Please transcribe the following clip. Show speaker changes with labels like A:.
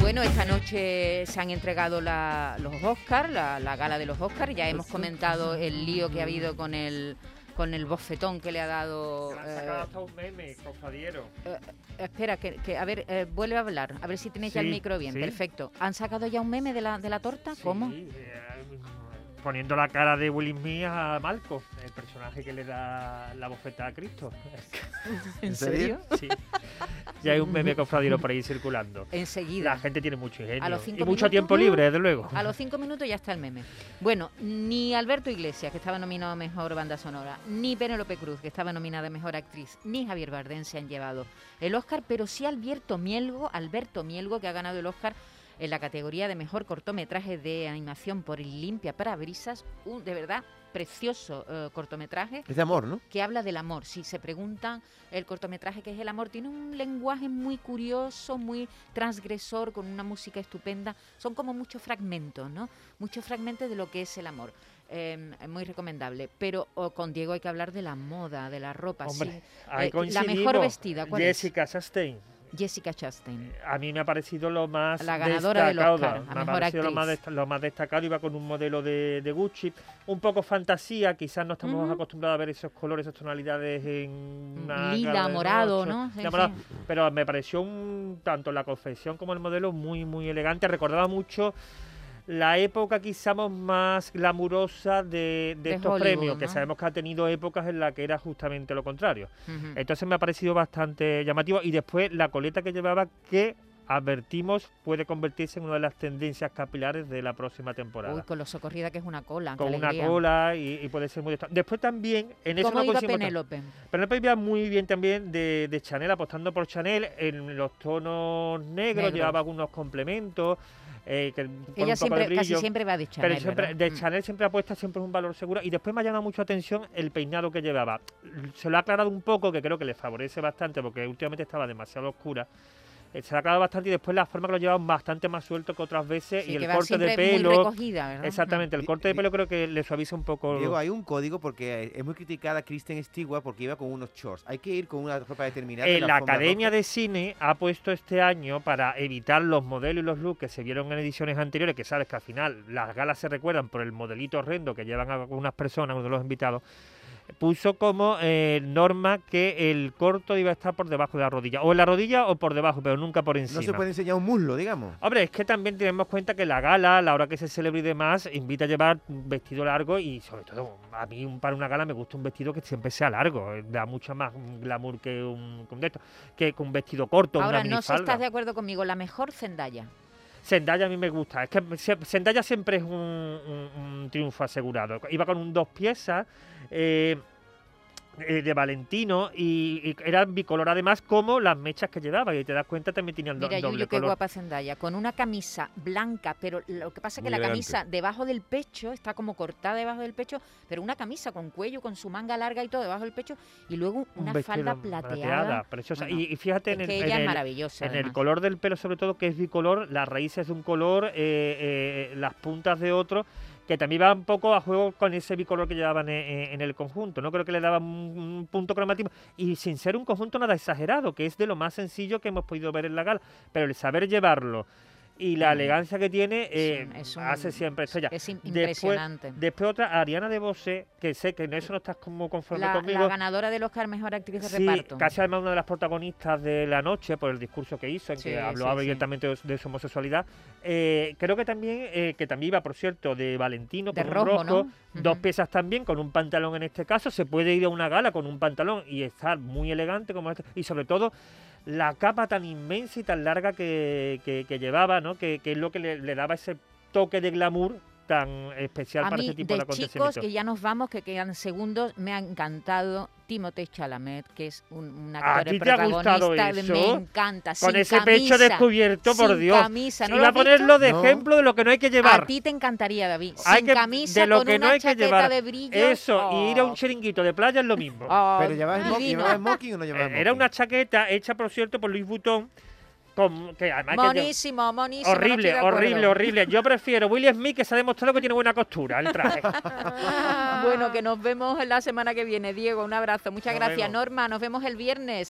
A: Bueno, esta noche se han entregado la- los Oscars, la, la gala de los Oscars. Ya hemos comentado el lío que ha habido con el con el bofetón que le ha dado.
B: han
A: eh,
B: sacado hasta un meme, cofadiero.
A: espera, que, que- a ver, eh, vuelve a hablar, a ver si tenéis ya el
B: Sí,
A: micro bien.
B: sí.
A: Perfecto. ¿Han sacado ya un meme de la, de la torta? ¿Cómo?
B: Sí, eh, poniendo la cara de Will Smith a Malco, el personaje que le da la bofeta a Cristo.
A: ¿En
C: serio?
B: Sí. Ya hay un meme cofradero por ahí circulando.
A: Enseguida.
B: La gente tiene mucho ingenio.
A: A los cinco
B: y mucho
A: minutos.
B: tiempo libre, desde luego.
A: A los cinco minutos ya está el meme. Bueno, ni Alberto Iglesias, que estaba nominado a Mejor Banda Sonora, ni Penélope Cruz, que estaba nominada a Mejor Actriz, ni Javier Bardem se han llevado el Oscar, pero sí Alberto Mielgo, Alberto Mielgo, que ha ganado el Oscar en la categoría de Mejor Cortometraje de Animación por Limpia para Brisas. Un, de verdad, precioso eh, cortometraje
C: Es de amor, ¿no?
A: que habla del amor. Si se preguntan el cortometraje que es el amor, tiene un lenguaje muy curioso, muy transgresor, con una música estupenda. Son como muchos fragmentos, ¿no? Muchos fragmentos de lo que es el amor. Eh, es muy recomendable. Pero oh, con Diego hay que hablar de la moda, de la ropa.
B: Hombre,
A: sí.
B: ahí
A: Eh, la mejor
B: coincidimos.
A: vestida, ¿cuál es?
B: Jessica Chastain.
A: Jessica Chastain.
B: A mí me ha parecido lo más
A: La ganadora del
B: destacado.
A: Oscar, a
B: me ha
A: mejor
B: parecido lo
A: actriz.
B: más, dest- lo más destacado. Iba con un modelo de, de Gucci, un poco fantasía. Quizás no estamos
A: Ujú. Mm,
B: acostumbrados a ver esos colores, esas tonalidades en una
A: Lila,
B: gala de
A: morado,
B: noche.
A: ¿no? Sí,
B: Lila, morado.
A: sí.
B: Pero me pareció un, tanto la confección como el modelo muy, muy elegante. Recordaba mucho la época quizás más glamurosa de, de
A: De
B: estos
A: Hollywood,
B: premios, que
A: ¿no?
B: sabemos que ha tenido épocas en las que era justamente lo contrario.
A: Ujú.
B: Entonces me ha parecido bastante llamativo. Y después la coleta que llevaba que advertimos puede convertirse en una de las tendencias capilares de la próxima temporada.
A: Uy, con lo socorrida que es una cola. qué
B: con una
A: alegría.
B: cola y, y puede ser muy... destacable. Después también, en eso
A: ¿Cómo
B: no
A: iba
B: coincidimos tanto.
A: Penélope?
B: Penélope iba muy bien también de, de Chanel, apostando por Chanel en los tonos negros,
A: Negros.
B: llevaba algunos complementos, eh, que ponen
A: Ella
B: un poco de
A: siempre, casi
B: brillo.
A: siempre va de Chanel.
B: Pero siempre,
A: ¿verdad?
B: de
A: Mm.
B: Chanel siempre apuesta, siempre es un valor seguro. Y después me ha llamado mucho atención el peinado que llevaba. Se lo ha aclarado un poco, que creo que le favorece bastante, porque últimamente estaba demasiado oscura. Eh, Se lo ha aclarado bastante y después la forma que lo llevaba bastante más suelto que otras veces.
A: Sí,
B: y
A: que
B: el
A: va
B: corte de
A: siempre muy
B: pelo.
A: recogida, ¿verdad? Mm.
B: Exactamente, el
C: Di-
B: corte de
C: di-
B: pelo creo que le suaviza un poco.
C: Diego, hay un código porque eh, es muy criticada Kristen Stewart porque iba con unos shorts. Hay que ir con una ropa determinada.
B: Eh,
C: y
B: la
C: alfombra
B: Academia
C: roja.
B: de Cine ha puesto este año para evitar los modelos y los looks que se vieron en ediciones anteriores, que sabes que al final las galas se recuerdan por el modelito horrendo que llevan algunas personas, uno de los invitados, puso como eh, norma que el corto iba a estar por debajo de la rodilla, o en la rodilla o por debajo, pero nunca por
C: No
B: encima.
C: se puede enseñar un muslo, digamos.
B: Hombre, es que también tenemos cuenta que la gala, la hora que se celebra y demás, invita a llevar un vestido largo y sobre todo a mí un- para una gala me gusta un vestido que siempre sea largo, eh, da mucho más glamour que un, que un de esto, que con un vestido corto,
A: Ahora,
B: una
A: no sé si
B: minifalda.
A: estás de acuerdo conmigo, la mejor Zendaya.
B: Zendaya a mí me gusta, es que se- Zendaya siempre es un, un- un triunfo asegurado. Iba con un dos piezas eh, eh, de Valentino y, y era bicolor además como las mechas que llevaba y te das cuenta también tenían do-
A: Mira,
B: doble
A: Yuyu, qué
B: color.
A: guapa Zendaya, con una camisa blanca, pero lo que pasa es
D: Muy
A: que la
D: elegante.
A: camisa debajo del pecho, está como cortada debajo del pecho, pero una camisa con cuello, con su manga larga y todo debajo del pecho, y luego
B: un
A: una
B: vestido
A: falda
B: plateada,
A: plateada.
B: preciosa.
A: Bueno,
B: y, y fíjate
A: Es
B: en el,
A: que
B: en
A: ella es
B: el-
A: maravillosa.
B: en el
A: además.
B: color del pelo, sobre todo, que es bicolor, las raíces de un color, eh, eh, las puntas de otro, que también va un poco a juego con ese bicolor que llevaban eh, eh, en el conjunto. No creo que le daban un, un punto cromático. Y sin ser un conjunto nada exagerado, que es de lo más sencillo que hemos podido ver en la gala. Pero el saber llevarlo y la
A: Mm.
B: elegancia que tiene eh,
A: un- es
B: hace
A: un-
B: siempre estrella.
A: Es im-
B: Después-
A: impresionante.
B: Después otra, Ariana de Bose, que sé que en eso no estás como conforme
A: La,
B: conmigo.
A: la ganadora del Oscar Mejor Actriz de
B: Sí,
A: Reparto.
B: casi además una de las protagonistas de la noche por el discurso que hizo, en
A: Sí,
B: que habló
A: sí, sí.
B: abiertamente de su- de su homosexualidad. Eh, creo que también, eh, que también iba, por cierto, de Valentino,
A: de
B: con un
A: rojo, ¿no?
B: dos
A: Ujú.
B: piezas también, con un pantalón en este caso. Se puede ir a una gala con un pantalón y estar muy elegante como este. Y sobre todo, la capa tan inmensa y tan larga que, que- que llevaba, ¿no? Que, que es lo que le, le daba ese toque de glamour tan especial
A: A
B: para
A: mí,
B: este tipo de,
A: de chicos,
B: acontecimientos.
A: que ya nos vamos, que quedan segundos, me ha encantado Timothée Chalamet, que es un, un
B: ¿A
A: actor
B: ti te ha gustado
A: protagonista. de- Me
B: eso?
A: encanta.
B: Con
A: sin
B: ese
A: camisa,
B: pecho descubierto, por
A: sin
B: Dios.
A: camisa, ¿no
B: Iba
A: lo
B: a
A: has visto?
B: ponerlo de
C: No.
B: ejemplo de lo que no hay que llevar.
A: A ti te encantaría, David. Sin
B: Hay que-
A: camisa,
B: de lo
A: con
B: que no
A: una
B: hay que
A: chaqueta
B: llevar.
A: de brillo.
B: Eso, y
A: Oh.
B: ir a un chiringuito de playa es lo mismo.
A: Ah,
C: Pero llevaba smoking, llevaba smoking o no llevaba
B: Eh, Ah, Era
C: smoking?
B: una chaqueta hecha, por cierto, por Luis Butón, con- que además que yo-
A: Monísimo, monísimo. no estoy
B: Horrible,
A: de acuerdo.
B: horrible, horrible. Yo prefiero Will Smith, que se ha demostrado que tiene buena costura el traje.
A: Bueno, que nos vemos la semana que viene. Diego, un abrazo. Muchas
B: Nos
A: gracias,
B: vemos.
A: Norma. Nos vemos el viernes.